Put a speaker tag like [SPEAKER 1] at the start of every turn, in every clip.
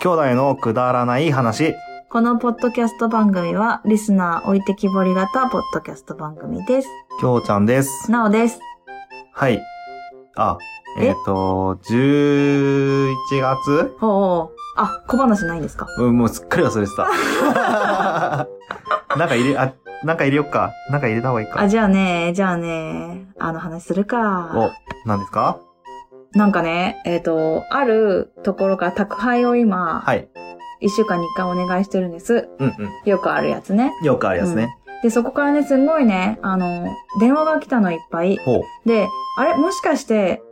[SPEAKER 1] 兄弟のくだらない話。
[SPEAKER 2] このポッドキャスト番組は、リスナー置いてきぼり型ポッドキャスト番組です。
[SPEAKER 1] きょうちゃんです。
[SPEAKER 2] なおです。
[SPEAKER 1] はい。あ、
[SPEAKER 2] え
[SPEAKER 1] えっ、と、11月
[SPEAKER 2] ほうほう。あ、小話ないんですか
[SPEAKER 1] うん、もうすっかり忘 れてた。なんか入れ、あ、なんか入れよっか。なんか入れた方がいい
[SPEAKER 2] あ、
[SPEAKER 1] か。
[SPEAKER 2] じゃあね、じゃあね、あの話するか。
[SPEAKER 1] お、何ですか
[SPEAKER 2] なんかね、えっ、と、あるところから宅配を今、
[SPEAKER 1] はい。
[SPEAKER 2] 一週間に一回お願いしてるんです。
[SPEAKER 1] うんうん。
[SPEAKER 2] よくあるやつね。
[SPEAKER 1] よくあるやつね。
[SPEAKER 2] で、そこからね、すんごいね、あの、電話が来たのいっぱい。
[SPEAKER 1] ほう。
[SPEAKER 2] で、あれもしかして、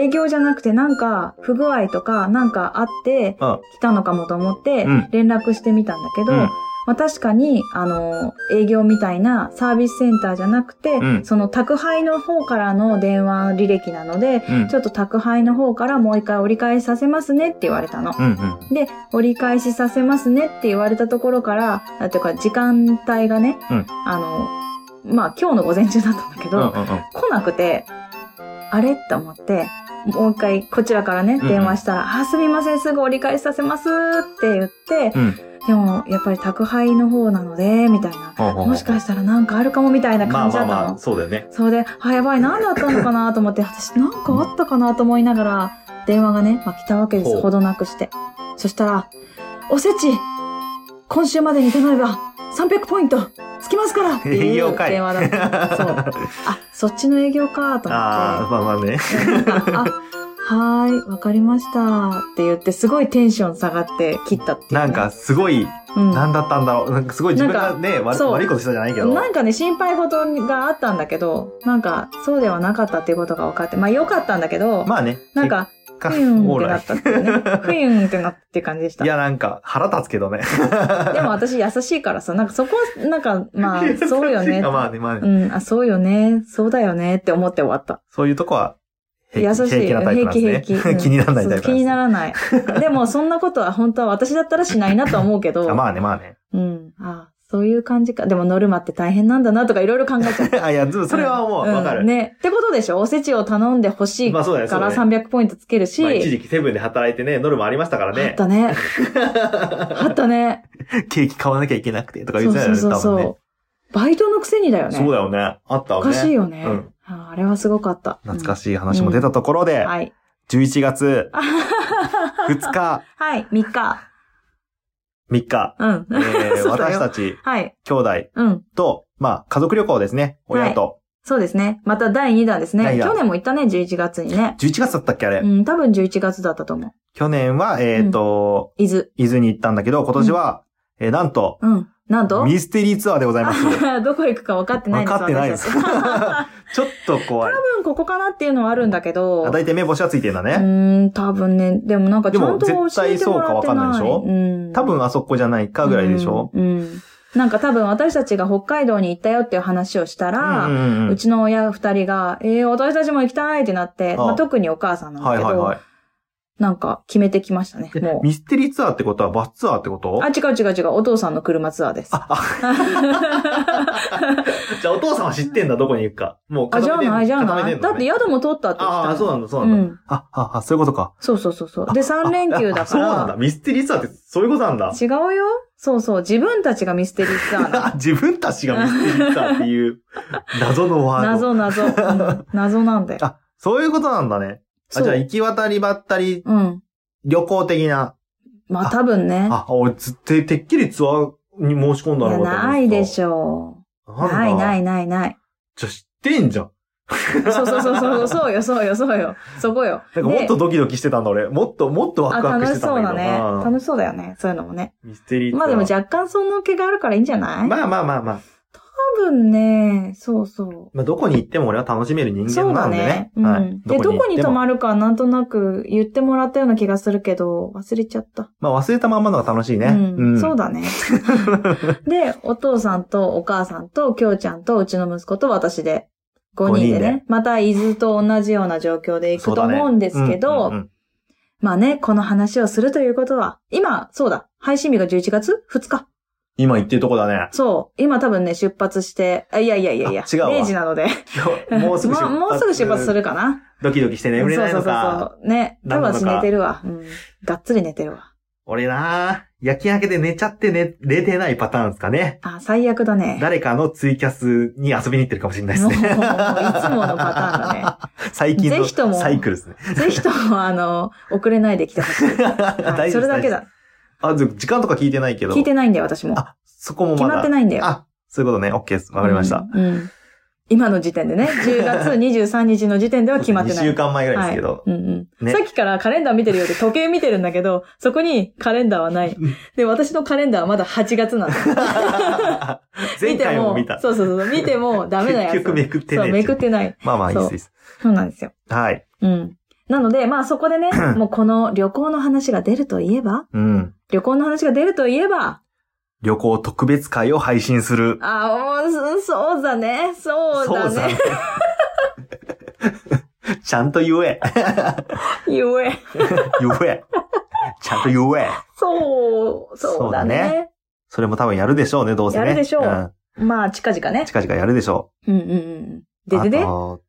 [SPEAKER 2] 営業じゃなくてなんか不具合とかなんかあって
[SPEAKER 1] うん。
[SPEAKER 2] 来たのかもと思って
[SPEAKER 1] うん
[SPEAKER 2] 連絡してみたんだけど、
[SPEAKER 1] うん。
[SPEAKER 2] まあ、確かに、あの、営業みたいなサービスセンターじゃなくて、
[SPEAKER 1] うん
[SPEAKER 2] その宅配の方からの電話履歴なので、
[SPEAKER 1] うん
[SPEAKER 2] ち。ょっと宅配の方からもう一回折り返しさせますねって言われたの。
[SPEAKER 1] うんうん。
[SPEAKER 2] で、折り返しさせますねって言われたところから、あというか時間帯がね、
[SPEAKER 1] うん
[SPEAKER 2] あの、まあ今日の午前中だったんだけ
[SPEAKER 1] う
[SPEAKER 2] ど、
[SPEAKER 1] んうんうん。
[SPEAKER 2] 来なくて、あれって思って、もう一回こちらからね、
[SPEAKER 1] うん
[SPEAKER 2] 電話したら、あ、すみません、すぐ折り返しさせますって言って、
[SPEAKER 1] うん。
[SPEAKER 2] でもやっぱり宅配の方なので、みたいな。
[SPEAKER 1] ほうほうほう
[SPEAKER 2] もしかしたらなんかあるかもみたいな
[SPEAKER 1] まあ
[SPEAKER 2] 感じ
[SPEAKER 1] まあ
[SPEAKER 2] だったの。
[SPEAKER 1] まあ、そうだよね。
[SPEAKER 2] それで、あ、やばい、何だったのかなと 思って、私なんかあったかなと思いながら、電話がね、まあ、来たわけです。
[SPEAKER 1] ほう
[SPEAKER 2] ほどなくして。そしたら、おせち今週までに頼めば、300ポイントつきますからっていう
[SPEAKER 1] 営業かい。
[SPEAKER 2] 電話だった。そう。あ、そっちの営業かと 思
[SPEAKER 1] ああ、
[SPEAKER 2] って。
[SPEAKER 1] まあまあね。
[SPEAKER 2] あはーい、わかりました。って言って、すごいテンション下がって切ったっていう、ね。
[SPEAKER 1] なんか、すごい、
[SPEAKER 2] うん、
[SPEAKER 1] 何だったんだろう。なんかすごい自分
[SPEAKER 2] な
[SPEAKER 1] が
[SPEAKER 2] ん
[SPEAKER 1] ね、悪
[SPEAKER 2] そう
[SPEAKER 1] 悪いことしたじゃないけど。
[SPEAKER 2] なんかね、心配事があったんだけど、なんか、そうではなかったっていうことが分かって、まあ良かったんだけど、
[SPEAKER 1] まあね。
[SPEAKER 2] なんか、
[SPEAKER 1] 結果、
[SPEAKER 2] ふゆんっ
[SPEAKER 1] オー
[SPEAKER 2] て
[SPEAKER 1] ラ
[SPEAKER 2] な
[SPEAKER 1] イ
[SPEAKER 2] ったっていうね。 ふゆんってなったっていう感じでした。
[SPEAKER 1] い
[SPEAKER 2] で
[SPEAKER 1] や、なんか、腹立つけどね。
[SPEAKER 2] も私優しいからさ、なんかそこは、なんか、ま あ、そうよね。
[SPEAKER 1] あまあね、まあね。
[SPEAKER 2] うん、あ、そうよね。そうだよねって思って終わった。
[SPEAKER 1] そういうとこは、
[SPEAKER 2] 優
[SPEAKER 1] 平気
[SPEAKER 2] しい。
[SPEAKER 1] 平気なタイプなん
[SPEAKER 2] 平気
[SPEAKER 1] です
[SPEAKER 2] 平
[SPEAKER 1] ね。
[SPEAKER 2] 気。
[SPEAKER 1] 気にならないタイプ
[SPEAKER 2] うんそう気にな
[SPEAKER 1] ら
[SPEAKER 2] らない。でも、そんなことは本当は私だったらしないなとは思うけ ど、
[SPEAKER 1] まあね、まあね。
[SPEAKER 2] うん、あ、そういう感じか。でも、ノルマって大変なんだなとかいろいろ考えちゃう。
[SPEAKER 1] あ、いや、ず それはもう、
[SPEAKER 2] ん
[SPEAKER 1] わかる。
[SPEAKER 2] ね。ってことでしょおせちを頼んでほしい
[SPEAKER 1] ま
[SPEAKER 2] か
[SPEAKER 1] あそうだよ、そうだ
[SPEAKER 2] ら
[SPEAKER 1] よ。
[SPEAKER 2] 300ポイントつけるし、
[SPEAKER 1] まあ一時期セブンで働いてね、ノルマありましたから
[SPEAKER 2] あっ
[SPEAKER 1] ね。
[SPEAKER 2] たね。 あったね。
[SPEAKER 1] ケーキ買わなきゃいけなくてとか言
[SPEAKER 2] そ
[SPEAKER 1] っ
[SPEAKER 2] う
[SPEAKER 1] てた
[SPEAKER 2] そ
[SPEAKER 1] よね、
[SPEAKER 2] うそう
[SPEAKER 1] 多
[SPEAKER 2] そう、
[SPEAKER 1] 分ね。
[SPEAKER 2] バイトのくせにだよね。
[SPEAKER 1] そうだよね。あった
[SPEAKER 2] お
[SPEAKER 1] わね。
[SPEAKER 2] かしいよね、
[SPEAKER 1] うん
[SPEAKER 2] あ。あれはすごかった。
[SPEAKER 1] 懐か
[SPEAKER 2] し
[SPEAKER 1] しい話も出たところ
[SPEAKER 2] い
[SPEAKER 1] で、
[SPEAKER 2] はい。
[SPEAKER 1] 11月2日、
[SPEAKER 2] はい、3日。
[SPEAKER 1] 3日、
[SPEAKER 2] うん。
[SPEAKER 1] えー
[SPEAKER 2] そうだ
[SPEAKER 1] 私
[SPEAKER 2] よ
[SPEAKER 1] たち
[SPEAKER 2] はい。
[SPEAKER 1] 兄弟
[SPEAKER 2] うん。
[SPEAKER 1] と、まあ、家族旅行ですね。親と。
[SPEAKER 2] そうですね。また第2弾です
[SPEAKER 1] 第
[SPEAKER 2] ね。
[SPEAKER 1] 二弾
[SPEAKER 2] 去年も行ったね、11月にね。
[SPEAKER 1] 11月だったっけあれ。
[SPEAKER 2] うん、多分11月だったと思う。
[SPEAKER 1] 去年は、えっ、と、
[SPEAKER 2] 伊豆。
[SPEAKER 1] 伊豆に行ったんだけど、今年は、えーなんと、
[SPEAKER 2] うん。なんと
[SPEAKER 1] ミステリーツアーでございます。
[SPEAKER 2] あ どこ行くか分かってない
[SPEAKER 1] 分
[SPEAKER 2] んです
[SPEAKER 1] かってないです。
[SPEAKER 2] 私
[SPEAKER 1] ち
[SPEAKER 2] たち 多
[SPEAKER 1] ょ っと怖い。
[SPEAKER 2] 分ここかなっていうのはあるんだけど。
[SPEAKER 1] あ大体目星はついてるんだ
[SPEAKER 2] う
[SPEAKER 1] ね。
[SPEAKER 2] ーん、多分ね。でもなんかちゃんと
[SPEAKER 1] でも
[SPEAKER 2] 教え
[SPEAKER 1] 絶対
[SPEAKER 2] て
[SPEAKER 1] そ
[SPEAKER 2] も
[SPEAKER 1] うから
[SPEAKER 2] っ
[SPEAKER 1] 分
[SPEAKER 2] て
[SPEAKER 1] かんない
[SPEAKER 2] な
[SPEAKER 1] で
[SPEAKER 2] い。
[SPEAKER 1] しょ
[SPEAKER 2] うん。
[SPEAKER 1] 多分あそこじゃないかぐらいでしょ、
[SPEAKER 2] うん。うんなんか多分私たちが北海道に行ったよっていう話をした
[SPEAKER 1] う
[SPEAKER 2] ら、うん
[SPEAKER 1] うんうん
[SPEAKER 2] ちの親二人が、えー、私たちも行きたいってなって、
[SPEAKER 1] ああ
[SPEAKER 2] まあ、特にお母さんなんだ
[SPEAKER 1] はい
[SPEAKER 2] けど、
[SPEAKER 1] はいはい。
[SPEAKER 2] なんか決めてきましたね、もう。
[SPEAKER 1] ミステリーツアーってことはバスツアーってこと
[SPEAKER 2] あ、違う違う違う、お父さんの車ツアーです。あ、
[SPEAKER 1] じゃあお父さんは知ってんだ、どこに行くか。もう
[SPEAKER 2] じゃ
[SPEAKER 1] 固
[SPEAKER 2] あ
[SPEAKER 1] めてん
[SPEAKER 2] ない、じゃあ
[SPEAKER 1] 固
[SPEAKER 2] な
[SPEAKER 1] めて
[SPEAKER 2] い。
[SPEAKER 1] んの
[SPEAKER 2] だ
[SPEAKER 1] ね
[SPEAKER 2] って宿も取ったって言ってた
[SPEAKER 1] あ
[SPEAKER 2] もん。
[SPEAKER 1] あ、そうなんだ、そう
[SPEAKER 2] う
[SPEAKER 1] なんだ。
[SPEAKER 2] ん。
[SPEAKER 1] あ、あ、あ、そういうことか。
[SPEAKER 2] そうそうそうそう。で、3連休だ
[SPEAKER 1] あそうなん
[SPEAKER 2] か
[SPEAKER 1] だ。ミステリーツアーってそういうことなんだ
[SPEAKER 2] ら、。違うよ。そうそう、自分たちがミステリーツアーなの
[SPEAKER 1] 自分たちがミステリーツアーって いう謎のワード。
[SPEAKER 2] 謎謎、うん謎なんだよ。
[SPEAKER 1] あ、そういうことなんだね。
[SPEAKER 2] そ
[SPEAKER 1] あ、
[SPEAKER 2] う
[SPEAKER 1] じゃあ行き渡りばったり、
[SPEAKER 2] うん。
[SPEAKER 1] 旅行的な。
[SPEAKER 2] まあ多分ね。
[SPEAKER 1] あ、俺ずって、てっきりツアーに申し込ん
[SPEAKER 2] い
[SPEAKER 1] だ
[SPEAKER 2] や
[SPEAKER 1] のかと思ってた
[SPEAKER 2] ないでしょう。
[SPEAKER 1] なんだ。
[SPEAKER 2] ないないいないない。
[SPEAKER 1] じゃあ知ってんじゃん。
[SPEAKER 2] そうそうそうそう、そうよ、そうよ、そうよ。そこよ。
[SPEAKER 1] なんかもっとドキドキしてたんだ俺。もっともっとワ
[SPEAKER 2] あ、
[SPEAKER 1] クワク
[SPEAKER 2] 楽
[SPEAKER 1] し
[SPEAKER 2] して
[SPEAKER 1] た
[SPEAKER 2] そうん
[SPEAKER 1] だ
[SPEAKER 2] だ
[SPEAKER 1] けど
[SPEAKER 2] ね。
[SPEAKER 1] な。
[SPEAKER 2] 楽しそうだよね。そういうのもね。
[SPEAKER 1] ミステリーツアー。
[SPEAKER 2] まあでも若干その気があるからいいんじゃない
[SPEAKER 1] まあまあまあまあ。
[SPEAKER 2] 多分ね、そうそう。
[SPEAKER 1] まあどこに行っても俺は楽しめる人
[SPEAKER 2] そ
[SPEAKER 1] 間
[SPEAKER 2] うだ
[SPEAKER 1] なんで
[SPEAKER 2] ね
[SPEAKER 1] ね。。
[SPEAKER 2] うん
[SPEAKER 1] はい。
[SPEAKER 2] で、どこ
[SPEAKER 1] 行
[SPEAKER 2] に
[SPEAKER 1] って
[SPEAKER 2] 泊
[SPEAKER 1] も
[SPEAKER 2] まるかなんとなく言ってもらったような気がするけど、忘れちゃった。
[SPEAKER 1] まあ忘れたまんまのが楽しいね。
[SPEAKER 2] うん
[SPEAKER 1] うん。
[SPEAKER 2] そう だね。で、お父さんとお母さんと、きょうちゃんと、うちの息子と私で、5人で
[SPEAKER 1] 五人
[SPEAKER 2] ね、また伊豆と同じような状況で行
[SPEAKER 1] そ
[SPEAKER 2] く
[SPEAKER 1] う
[SPEAKER 2] と
[SPEAKER 1] だね
[SPEAKER 2] 思うんですけ
[SPEAKER 1] うんう
[SPEAKER 2] ど、
[SPEAKER 1] ん
[SPEAKER 2] まあね、この話をするということは、今、そうだ、配信日が11月2日。
[SPEAKER 1] 今行ってるとこだ ね。
[SPEAKER 2] そう、今多分ね、出発して、あいやいやいやいや、
[SPEAKER 1] あ違うわ
[SPEAKER 2] 0時なので。
[SPEAKER 1] 今日もうすぐ出発。
[SPEAKER 2] もうもうすぐ出発す。るかな。
[SPEAKER 1] ドキドキして眠れないのか。
[SPEAKER 2] そうそうそうそう。ね、多分
[SPEAKER 1] な
[SPEAKER 2] 私
[SPEAKER 1] んなのか
[SPEAKER 2] 寝てるわ。うん。がっつり寝てるわ。
[SPEAKER 1] 俺な夜勤明けで寝ちゃって寝、寝てないパターンですかね。
[SPEAKER 2] あ、最悪だね。
[SPEAKER 1] 誰かのツイキャスに遊びに行ってるかもしれないですね。
[SPEAKER 2] もういつものパターンだ
[SPEAKER 1] ね。 最近
[SPEAKER 2] ぜひと
[SPEAKER 1] の
[SPEAKER 2] も
[SPEAKER 1] サイクルですね。
[SPEAKER 2] ぜひとも、あ の、遅れないで来てほしい。はいそれだけだ。
[SPEAKER 1] あ、でも時間とか聞いてないけど。
[SPEAKER 2] 聞いてないんだよ、私も。
[SPEAKER 1] あ、そこもまだ。
[SPEAKER 2] 決まってないんだよ。
[SPEAKER 1] あ、そういうことね。OK です。わかりました。
[SPEAKER 2] うん。うん今の時点でね、10月23 日の時点では決まってない。
[SPEAKER 1] 2週間前ぐらいですけ
[SPEAKER 2] は
[SPEAKER 1] ど。
[SPEAKER 2] いうんうん
[SPEAKER 1] ね
[SPEAKER 2] さっきからカレンダー見てるようで時計見てるんだけど、そこにカレンダー はない。で、私のカレンダーはまだ8月なんだ。
[SPEAKER 1] 前回も見た。
[SPEAKER 2] そうそうそう。見てもダメなやつ。
[SPEAKER 1] 結局めくってね
[SPEAKER 2] そう、めくってない。
[SPEAKER 1] まあまあ、いいです、いいで
[SPEAKER 2] そう
[SPEAKER 1] す。
[SPEAKER 2] そうなんですよ。
[SPEAKER 1] はい。
[SPEAKER 2] うん。なので、まあそこでね、もうこの旅行の話が出るといえば、
[SPEAKER 1] うん。
[SPEAKER 2] 旅行の話が出るといえば、
[SPEAKER 1] 旅行特別会を配信する。
[SPEAKER 2] ああ、うんそうだね。そうだ
[SPEAKER 1] さ
[SPEAKER 2] ね。
[SPEAKER 1] ん ちゃんと言え。
[SPEAKER 2] ゆえ。
[SPEAKER 1] 言え。ちゃんと言え。
[SPEAKER 2] そう、そうだ
[SPEAKER 1] そうだ
[SPEAKER 2] ね。
[SPEAKER 1] それも多分やるでしょうね、どうせね。
[SPEAKER 2] やるでしょうんまあ近々ね。
[SPEAKER 1] 近々やるでしょ
[SPEAKER 2] うんうんうん。
[SPEAKER 1] う。
[SPEAKER 2] ででで
[SPEAKER 1] あと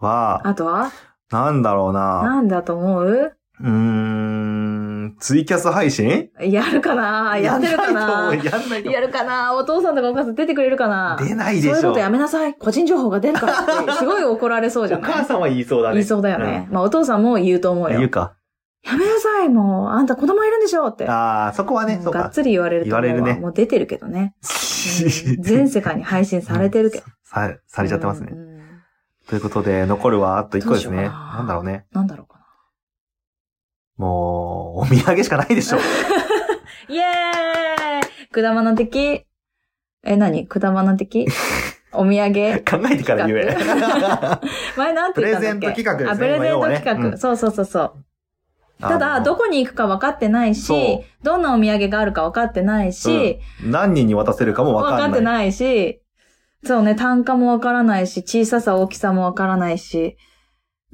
[SPEAKER 1] は、
[SPEAKER 2] あとは
[SPEAKER 1] なんだろうな。
[SPEAKER 2] なんだと思う
[SPEAKER 1] うーん、ツイキャス配信
[SPEAKER 2] やるかなやってるかな
[SPEAKER 1] やんないと思うやんないと思う
[SPEAKER 2] やるかなお父さんとかお母さん出てくれるかな
[SPEAKER 1] 出ないでしょ。
[SPEAKER 2] そういうことやめなさい。個人情報が出るからって、すごい怒られそうじゃ
[SPEAKER 1] お
[SPEAKER 2] ない
[SPEAKER 1] 母さんは言いそうだね。
[SPEAKER 2] 言いそうだよね。まあお父さんも言うと
[SPEAKER 1] う
[SPEAKER 2] 思
[SPEAKER 1] ん。
[SPEAKER 2] う
[SPEAKER 1] 言う
[SPEAKER 2] よ。
[SPEAKER 1] か。
[SPEAKER 2] やめなさい、もう。あんた子供いるんでしょって。
[SPEAKER 1] ああ、そこはね、
[SPEAKER 2] もう
[SPEAKER 1] そう
[SPEAKER 2] がっ
[SPEAKER 1] か。
[SPEAKER 2] つり言われると思うわ
[SPEAKER 1] 言われるね
[SPEAKER 2] もう出てるけど ね。うん全世界に配信されてるけど。
[SPEAKER 1] さ、されちゃってますね
[SPEAKER 2] う。んうん
[SPEAKER 1] ということで、残るはあと1個です
[SPEAKER 2] どうし
[SPEAKER 1] ね。
[SPEAKER 2] ようかな
[SPEAKER 1] なんだろうね。
[SPEAKER 2] なんだろうか
[SPEAKER 1] もう、お土産しかないで しょ。
[SPEAKER 2] な。イエーイくだまの敵。え、何くだま の敵お土産
[SPEAKER 1] 考えてから言え。
[SPEAKER 2] 前なんて言ったんだっ
[SPEAKER 1] プレゼ
[SPEAKER 2] け
[SPEAKER 1] ント企画ですね
[SPEAKER 2] あ、プレゼント企
[SPEAKER 1] 今要は
[SPEAKER 2] 画。
[SPEAKER 1] ねうん
[SPEAKER 2] そうそうそうそう。ただ、ど
[SPEAKER 1] こ
[SPEAKER 2] こに行くか分かってないし
[SPEAKER 1] そ、
[SPEAKER 2] どんなお土産があるか分かってないし、
[SPEAKER 1] 何人に渡せるかもわ
[SPEAKER 2] 分
[SPEAKER 1] か
[SPEAKER 2] か
[SPEAKER 1] ん
[SPEAKER 2] っ
[SPEAKER 1] な
[SPEAKER 2] て
[SPEAKER 1] い。
[SPEAKER 2] ないし、そうね、単価も分からないし、小ささ、大きさも分からないし、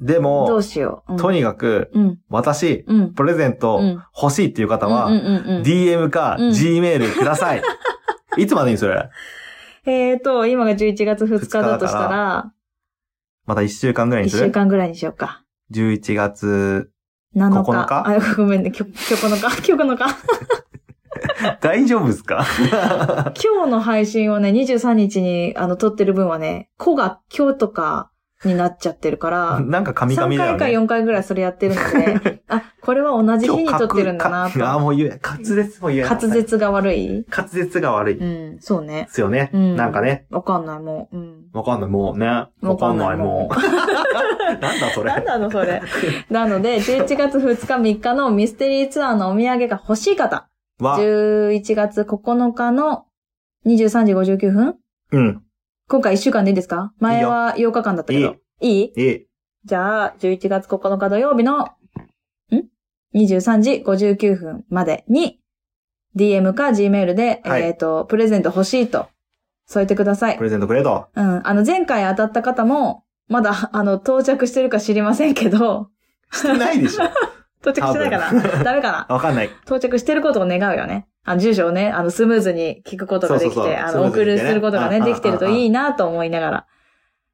[SPEAKER 1] で
[SPEAKER 2] ど
[SPEAKER 1] も
[SPEAKER 2] う、しよう。うん
[SPEAKER 1] とにかく、
[SPEAKER 2] うん、
[SPEAKER 1] 私、
[SPEAKER 2] うん。
[SPEAKER 1] プレゼント
[SPEAKER 2] うん
[SPEAKER 1] 欲しいっていう方
[SPEAKER 2] うん
[SPEAKER 1] は、
[SPEAKER 2] うんうんうん
[SPEAKER 1] DM か
[SPEAKER 2] うん
[SPEAKER 1] G メールくだ さい。いつまでにそれ
[SPEAKER 2] えーと、今が11月2日だとした、
[SPEAKER 1] 二日だからまた1週間ぐらい
[SPEAKER 2] 1
[SPEAKER 1] にす
[SPEAKER 2] 週
[SPEAKER 1] る
[SPEAKER 2] 間ぐらいにしようか。
[SPEAKER 1] ?11 月、
[SPEAKER 2] 7日。
[SPEAKER 1] 9日
[SPEAKER 2] あ、ごめんね、きょ今日の 日、今日の日。
[SPEAKER 1] 大丈夫ですか
[SPEAKER 2] 今日の配信をね、23日に、あの、撮ってる分はね、子が今日とかになっちゃってる から、
[SPEAKER 1] なんか神々
[SPEAKER 2] 3
[SPEAKER 1] だよ
[SPEAKER 2] 回
[SPEAKER 1] ね。
[SPEAKER 2] か4回ぐらいそれやってるの で、あ、これは同じ日に撮ってるんだな
[SPEAKER 1] 今日かあー、
[SPEAKER 2] と。
[SPEAKER 1] もう言え、滑舌も言えない。
[SPEAKER 2] 滑。舌が悪い
[SPEAKER 1] 滑舌が悪い。
[SPEAKER 2] う
[SPEAKER 1] で
[SPEAKER 2] ん、そうね。
[SPEAKER 1] すよね。
[SPEAKER 2] うん
[SPEAKER 1] なんかね。
[SPEAKER 2] わかんない、もう。うん。
[SPEAKER 1] わかんない、もうね。わかんない、もう。 なんだそれ。
[SPEAKER 2] なんなのそれ。なので、11月2日3日のミステリーツアーのお土産が欲しい方、
[SPEAKER 1] は、
[SPEAKER 2] 11月9日の23時59分
[SPEAKER 1] うん。
[SPEAKER 2] 今回1週間でいいですか前は8日間だったけど。いい
[SPEAKER 1] いい。
[SPEAKER 2] じゃあ、11月9日土曜日の、ん ?23 時59分までに、DM か Gmail で、
[SPEAKER 1] はい
[SPEAKER 2] えっ、と、プレゼント欲しいと、添えてください
[SPEAKER 1] プ。レゼントくれと。
[SPEAKER 2] うん。あの、前回当たった方も、まだ、あの、到着してるか知りませんけど、
[SPEAKER 1] してない でしょ。
[SPEAKER 2] 到着してないか
[SPEAKER 1] 多
[SPEAKER 2] なダメかな
[SPEAKER 1] わかんない。
[SPEAKER 2] 到着してることを願うよね。あの、住所をね、あの、スムーズに聞くことができ
[SPEAKER 1] そうそう
[SPEAKER 2] て、
[SPEAKER 1] そう
[SPEAKER 2] あ
[SPEAKER 1] スム
[SPEAKER 2] の、
[SPEAKER 1] ーズ
[SPEAKER 2] 送
[SPEAKER 1] にね
[SPEAKER 2] るすることがね、
[SPEAKER 1] うん
[SPEAKER 2] できてるといいなと思いながら、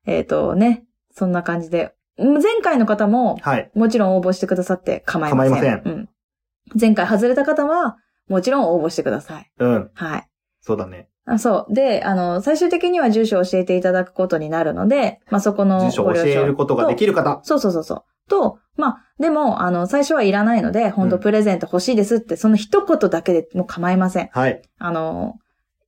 [SPEAKER 2] えっ、とね、そんな感じで。前回の方も、
[SPEAKER 1] はい。
[SPEAKER 2] もちろん応募してくださって構いません。
[SPEAKER 1] 構いませ
[SPEAKER 2] うん。前回外れた方は、もちろん応募してください。
[SPEAKER 1] うん。
[SPEAKER 2] はい。
[SPEAKER 1] そうだね。
[SPEAKER 2] あそう。で、あの、最終的には住所を教えていただくことになるので、まあ、そこの
[SPEAKER 1] 住所を教えることができ
[SPEAKER 2] る。
[SPEAKER 1] る方。
[SPEAKER 2] そうそうそうそう。と、まあ、でも、あの、最初はいらないので、本
[SPEAKER 1] う
[SPEAKER 2] 当
[SPEAKER 1] ん
[SPEAKER 2] プレゼント欲しいですって、その一言だけでもう構いません。
[SPEAKER 1] はい。
[SPEAKER 2] あの、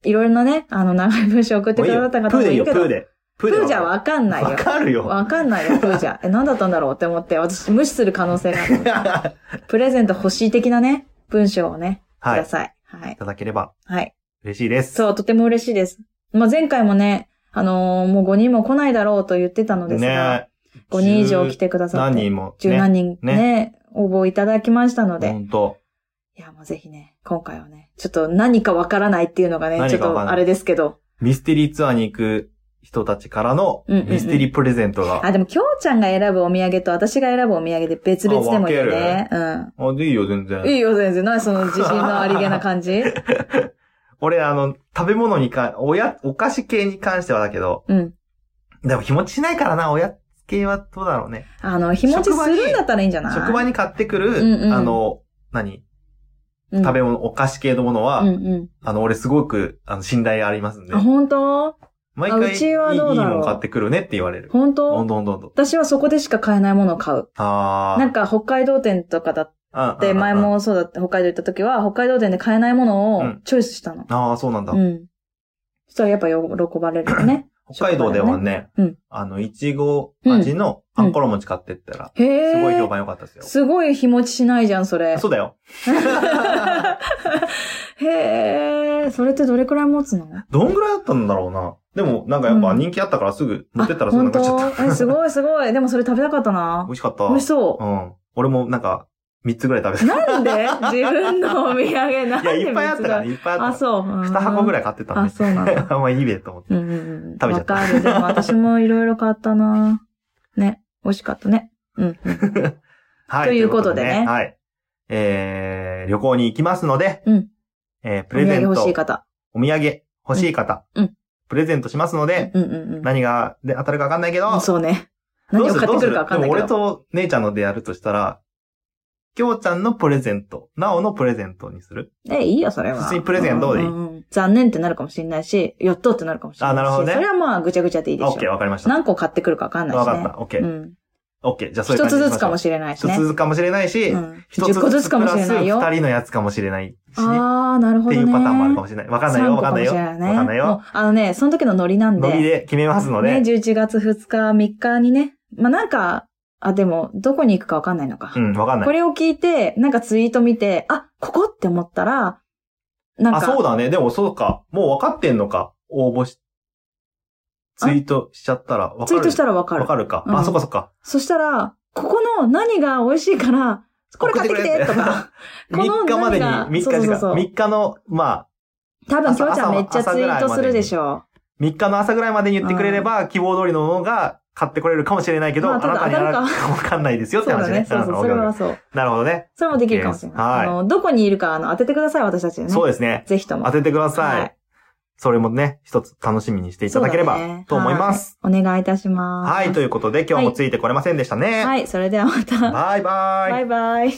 [SPEAKER 2] いろいろなね、あの、長い文章を送って
[SPEAKER 1] もう
[SPEAKER 2] く
[SPEAKER 1] いい
[SPEAKER 2] ださ
[SPEAKER 1] よ。プ
[SPEAKER 2] った方
[SPEAKER 1] ー
[SPEAKER 2] もい
[SPEAKER 1] でいいよ、
[SPEAKER 2] る
[SPEAKER 1] プ
[SPEAKER 2] けど、
[SPEAKER 1] ーで。プ
[SPEAKER 2] プーじゃわかんないよ
[SPEAKER 1] わ。かるよ。
[SPEAKER 2] わかんないよ、プーじゃ。え、なんだったんだろうって思って、私無視する可能性がある。 プレゼント欲しい的なね、文章をね、く
[SPEAKER 1] はい。
[SPEAKER 2] だ
[SPEAKER 1] い
[SPEAKER 2] さい。はい。
[SPEAKER 1] ただければ
[SPEAKER 2] はい。
[SPEAKER 1] 嬉しいです。
[SPEAKER 2] そう、とても嬉しいです。まあ、前回もね、あのーもう5人も来ないだろうと言ってたのですが、
[SPEAKER 1] ね
[SPEAKER 2] 5人以上来てくださっ
[SPEAKER 1] 何
[SPEAKER 2] て、
[SPEAKER 1] 人も。
[SPEAKER 2] 十何人ね
[SPEAKER 1] ね
[SPEAKER 2] 応募いただきましたので、
[SPEAKER 1] 本当
[SPEAKER 2] いや、もうぜひね、今回はね、ちょっと何かわからないっていうのがね、ちょ
[SPEAKER 1] 何
[SPEAKER 2] っ
[SPEAKER 1] かわからない
[SPEAKER 2] とあれですけど、
[SPEAKER 1] ミステリーツアーに行く人たちからの
[SPEAKER 2] うんうんうん
[SPEAKER 1] ミステリープレゼントが。
[SPEAKER 2] あ、でも、きょうちゃんが選ぶお土産と私が選ぶお土産で別々でもいいよね。う
[SPEAKER 1] あ、でいいよ、全
[SPEAKER 2] ん。
[SPEAKER 1] 然。
[SPEAKER 2] いいよ、全然。なにその自信のありげな感じ
[SPEAKER 1] 俺、あの、食べ物にか、おや、お菓子系に関してはだけど、
[SPEAKER 2] うん。
[SPEAKER 1] でも日持ちしないからな、おやつ系はどうだろうね。
[SPEAKER 2] あの、日持ちするんだったらいいんじゃない
[SPEAKER 1] 職場に買ってくる、
[SPEAKER 2] うんうん
[SPEAKER 1] あの、何
[SPEAKER 2] うん
[SPEAKER 1] 食べ物、お菓子系のものは、
[SPEAKER 2] うんう
[SPEAKER 1] あの、俺すごく、あの、信頼ありますんで
[SPEAKER 2] ん。あ、。本当
[SPEAKER 1] 毎
[SPEAKER 2] あ
[SPEAKER 1] 回、
[SPEAKER 2] う
[SPEAKER 1] いいい
[SPEAKER 2] ち
[SPEAKER 1] い
[SPEAKER 2] はどうだろう
[SPEAKER 1] もん買ってくるねって言われる。
[SPEAKER 2] 本
[SPEAKER 1] どん
[SPEAKER 2] 当
[SPEAKER 1] どんどんどん。
[SPEAKER 2] 私はそこでしか買えないものを買う。
[SPEAKER 1] あー
[SPEAKER 2] なんか北海道店とかだっ
[SPEAKER 1] ああ
[SPEAKER 2] て、前。
[SPEAKER 1] あ
[SPEAKER 2] もそうだって北海道行った時は、北海道店で買えないもの
[SPEAKER 1] う
[SPEAKER 2] を
[SPEAKER 1] ん
[SPEAKER 2] チョイスしたの。
[SPEAKER 1] ああ、そうなんだ
[SPEAKER 2] う。ん。そしたらやっぱ喜ばれるよね。
[SPEAKER 1] 北海道ではね
[SPEAKER 2] うん、
[SPEAKER 1] あの、いちご味のパンコロ餅買ってったら、
[SPEAKER 2] へえ。
[SPEAKER 1] すごい評判良かったですよ。
[SPEAKER 2] すごい日持ちしないじゃん、それ。
[SPEAKER 1] そうだよ。
[SPEAKER 2] へえ、それってどれくらい持つの
[SPEAKER 1] どんぐらいだったんだろうな。でも、なんかやっぱ人気あったからすぐ持ってったらすぐな
[SPEAKER 2] 本
[SPEAKER 1] くなっちゃ
[SPEAKER 2] 当
[SPEAKER 1] った。
[SPEAKER 2] え、すごいすごい。でもそれ食べたかったな
[SPEAKER 1] 美。味しかった。。
[SPEAKER 2] 美味しそう。
[SPEAKER 1] ん。俺もなんか、3つぐらい食べた。いう
[SPEAKER 2] な んで自分のお土産なんで
[SPEAKER 1] や、いっぱいあったから
[SPEAKER 2] 見つ
[SPEAKER 1] ね、いっぱいあ
[SPEAKER 2] か
[SPEAKER 1] っ
[SPEAKER 2] るあ、
[SPEAKER 1] たか
[SPEAKER 2] そう。
[SPEAKER 1] ら。2箱ぐ
[SPEAKER 2] らい。
[SPEAKER 1] らい買ってたん
[SPEAKER 2] あ、
[SPEAKER 1] で。
[SPEAKER 2] そうなん だ。
[SPEAKER 1] あんまいいべと思って。
[SPEAKER 2] うんうんう
[SPEAKER 1] 食
[SPEAKER 2] ん。
[SPEAKER 1] べちゃ
[SPEAKER 2] わ
[SPEAKER 1] った
[SPEAKER 2] かる。でも私もいろいろ買ったな。ね。美味しかったね。うんうん。
[SPEAKER 1] はい。
[SPEAKER 2] ということでね
[SPEAKER 1] というはい。えー、旅行に行きますので、
[SPEAKER 2] うん
[SPEAKER 1] えー、プ
[SPEAKER 2] お土
[SPEAKER 1] レゼ
[SPEAKER 2] 産
[SPEAKER 1] ント、お
[SPEAKER 2] 欲し
[SPEAKER 1] 土
[SPEAKER 2] い方。
[SPEAKER 1] 産欲しい方、
[SPEAKER 2] うんうん
[SPEAKER 1] プレゼントしますので、
[SPEAKER 2] うんうん
[SPEAKER 1] 何がで当たるか分かんないけど、
[SPEAKER 2] うん。そうね。
[SPEAKER 1] どう
[SPEAKER 2] 何
[SPEAKER 1] す
[SPEAKER 2] を
[SPEAKER 1] る
[SPEAKER 2] 買ってくるかわかんないけ
[SPEAKER 1] どうするで
[SPEAKER 2] ど。
[SPEAKER 1] も俺と姉ちゃんのでやるとしたら、きょうちゃんのプレゼント、なおのプレゼントにする
[SPEAKER 2] え、いいよ、それは。
[SPEAKER 1] 普通にプレゼントでいい
[SPEAKER 2] うんうんうん残念ってなるかもしれないし、やっとってなるかもしれないし。
[SPEAKER 1] あなるほどね
[SPEAKER 2] それはまあ、ぐちゃぐちゃでいいでし
[SPEAKER 1] あ
[SPEAKER 2] ょ
[SPEAKER 1] オッケー、わかりました。
[SPEAKER 2] 何個買ってくるかわかんないし
[SPEAKER 1] わ
[SPEAKER 2] ね。
[SPEAKER 1] かった。オッケー。
[SPEAKER 2] うん。
[SPEAKER 1] オッケー。じゃあそういう感
[SPEAKER 2] 一
[SPEAKER 1] じ
[SPEAKER 2] つ
[SPEAKER 1] にし
[SPEAKER 2] ず
[SPEAKER 1] ま
[SPEAKER 2] つ
[SPEAKER 1] しょ
[SPEAKER 2] か
[SPEAKER 1] う
[SPEAKER 2] もしれないし
[SPEAKER 1] 一
[SPEAKER 2] ね。
[SPEAKER 1] つずつかもしれないし、
[SPEAKER 2] うん
[SPEAKER 1] 一、
[SPEAKER 2] 10個ずつかもしれないよ
[SPEAKER 1] プ。ラス二人のやつかもしれないしね。っ
[SPEAKER 2] ああ、なるほ
[SPEAKER 1] て
[SPEAKER 2] どね。
[SPEAKER 1] いうパターンもあるかもしれない。わかんないよ、わかんないよ。わ
[SPEAKER 2] 3個
[SPEAKER 1] かんない
[SPEAKER 2] も
[SPEAKER 1] よ。
[SPEAKER 2] しれないねもうあのね、その時のノリなんで。
[SPEAKER 1] ノリで決めますの
[SPEAKER 2] ね、
[SPEAKER 1] で。
[SPEAKER 2] 11月2日、3日にね。まあなんか、あ、でも、どこに行くかわかんないのか。
[SPEAKER 1] うん、わかんな
[SPEAKER 2] こ
[SPEAKER 1] い。
[SPEAKER 2] れを聞いて、なんかツイート見て、あ、ここって思ったら、なんか、
[SPEAKER 1] あ、そうだね。でもそうか。もうわかってんのか。応募し、
[SPEAKER 2] あ
[SPEAKER 1] ツイートしちゃったらわかる。
[SPEAKER 2] ツイートしたらわかる
[SPEAKER 1] わ。かるか。
[SPEAKER 2] うん
[SPEAKER 1] あ、そっかそっか。
[SPEAKER 2] そしたら、ここの何が美味しいから、これ買ってきてとか。 この
[SPEAKER 1] 3日までに、
[SPEAKER 2] なんか
[SPEAKER 1] 3日
[SPEAKER 2] そう
[SPEAKER 1] 時
[SPEAKER 2] そうそう
[SPEAKER 1] 間。3日の、まあ、
[SPEAKER 2] 多分、き
[SPEAKER 1] 朝
[SPEAKER 2] ょうちゃんめっちゃツイートするでしょう。
[SPEAKER 1] 3日の朝ぐらいまでに言ってくれれば、希望通りのものが買ってこれるかもしれないけど、
[SPEAKER 2] まあ
[SPEAKER 1] あ
[SPEAKER 2] ただ
[SPEAKER 1] なたにやら
[SPEAKER 2] 当た
[SPEAKER 1] か
[SPEAKER 2] る
[SPEAKER 1] わかんないですよって
[SPEAKER 2] そうだ
[SPEAKER 1] 話
[SPEAKER 2] ね。
[SPEAKER 1] ね。
[SPEAKER 2] そうそうう、
[SPEAKER 1] ん
[SPEAKER 2] それは
[SPEAKER 1] わかる
[SPEAKER 2] そう。
[SPEAKER 1] なるほどね。
[SPEAKER 2] それもできるかもしれない。
[SPEAKER 1] はい
[SPEAKER 2] あの、どこにいるか、あの、当ててください、私たちでね。
[SPEAKER 1] そうですね。
[SPEAKER 2] ぜひとも。
[SPEAKER 1] 当ててくださ。
[SPEAKER 2] はい
[SPEAKER 1] それもね、一つ楽しみにしていただけれ
[SPEAKER 2] そうだ
[SPEAKER 1] ば
[SPEAKER 2] ね
[SPEAKER 1] と思います。。
[SPEAKER 2] はいお願いいたします。
[SPEAKER 1] はい、ということで今日もついてこれませんでしたね。
[SPEAKER 2] はい、それではまた。
[SPEAKER 1] バイバイ
[SPEAKER 2] バ。イバイ。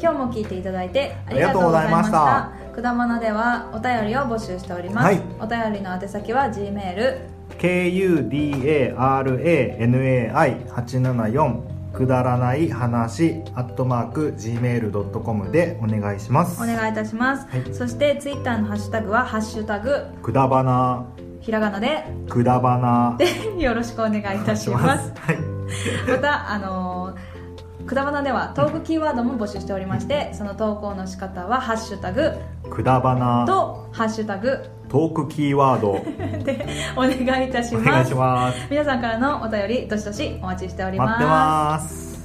[SPEAKER 2] 今日も聞いていただいてありがとうございました
[SPEAKER 1] あ
[SPEAKER 2] くだまなではお便りを募集しております、
[SPEAKER 1] はい
[SPEAKER 2] お便りの宛先は G メール
[SPEAKER 1] kudaranai874 くだらない話アットマーク gmail.com でお願いしま
[SPEAKER 2] お
[SPEAKER 1] す
[SPEAKER 2] 願いいたします、
[SPEAKER 1] はい
[SPEAKER 2] そしてツイッターのハッシュタグは「ハッシュタグ
[SPEAKER 1] くだばな
[SPEAKER 2] ひらがなで
[SPEAKER 1] くだばな」
[SPEAKER 2] でよろしくお願いいたします
[SPEAKER 1] はい
[SPEAKER 2] またあのーくだばなではトークキーワードも募集しておりましてその投稿の仕方は「ハッシュタグ
[SPEAKER 1] くだば」な
[SPEAKER 2] と「ハッシュタグ
[SPEAKER 1] トークキーワード」
[SPEAKER 2] でお願いいたし
[SPEAKER 1] お願
[SPEAKER 2] ま
[SPEAKER 1] い
[SPEAKER 2] す
[SPEAKER 1] します
[SPEAKER 2] 皆さんからのお便りどしどしお待ちしており
[SPEAKER 1] 待ってます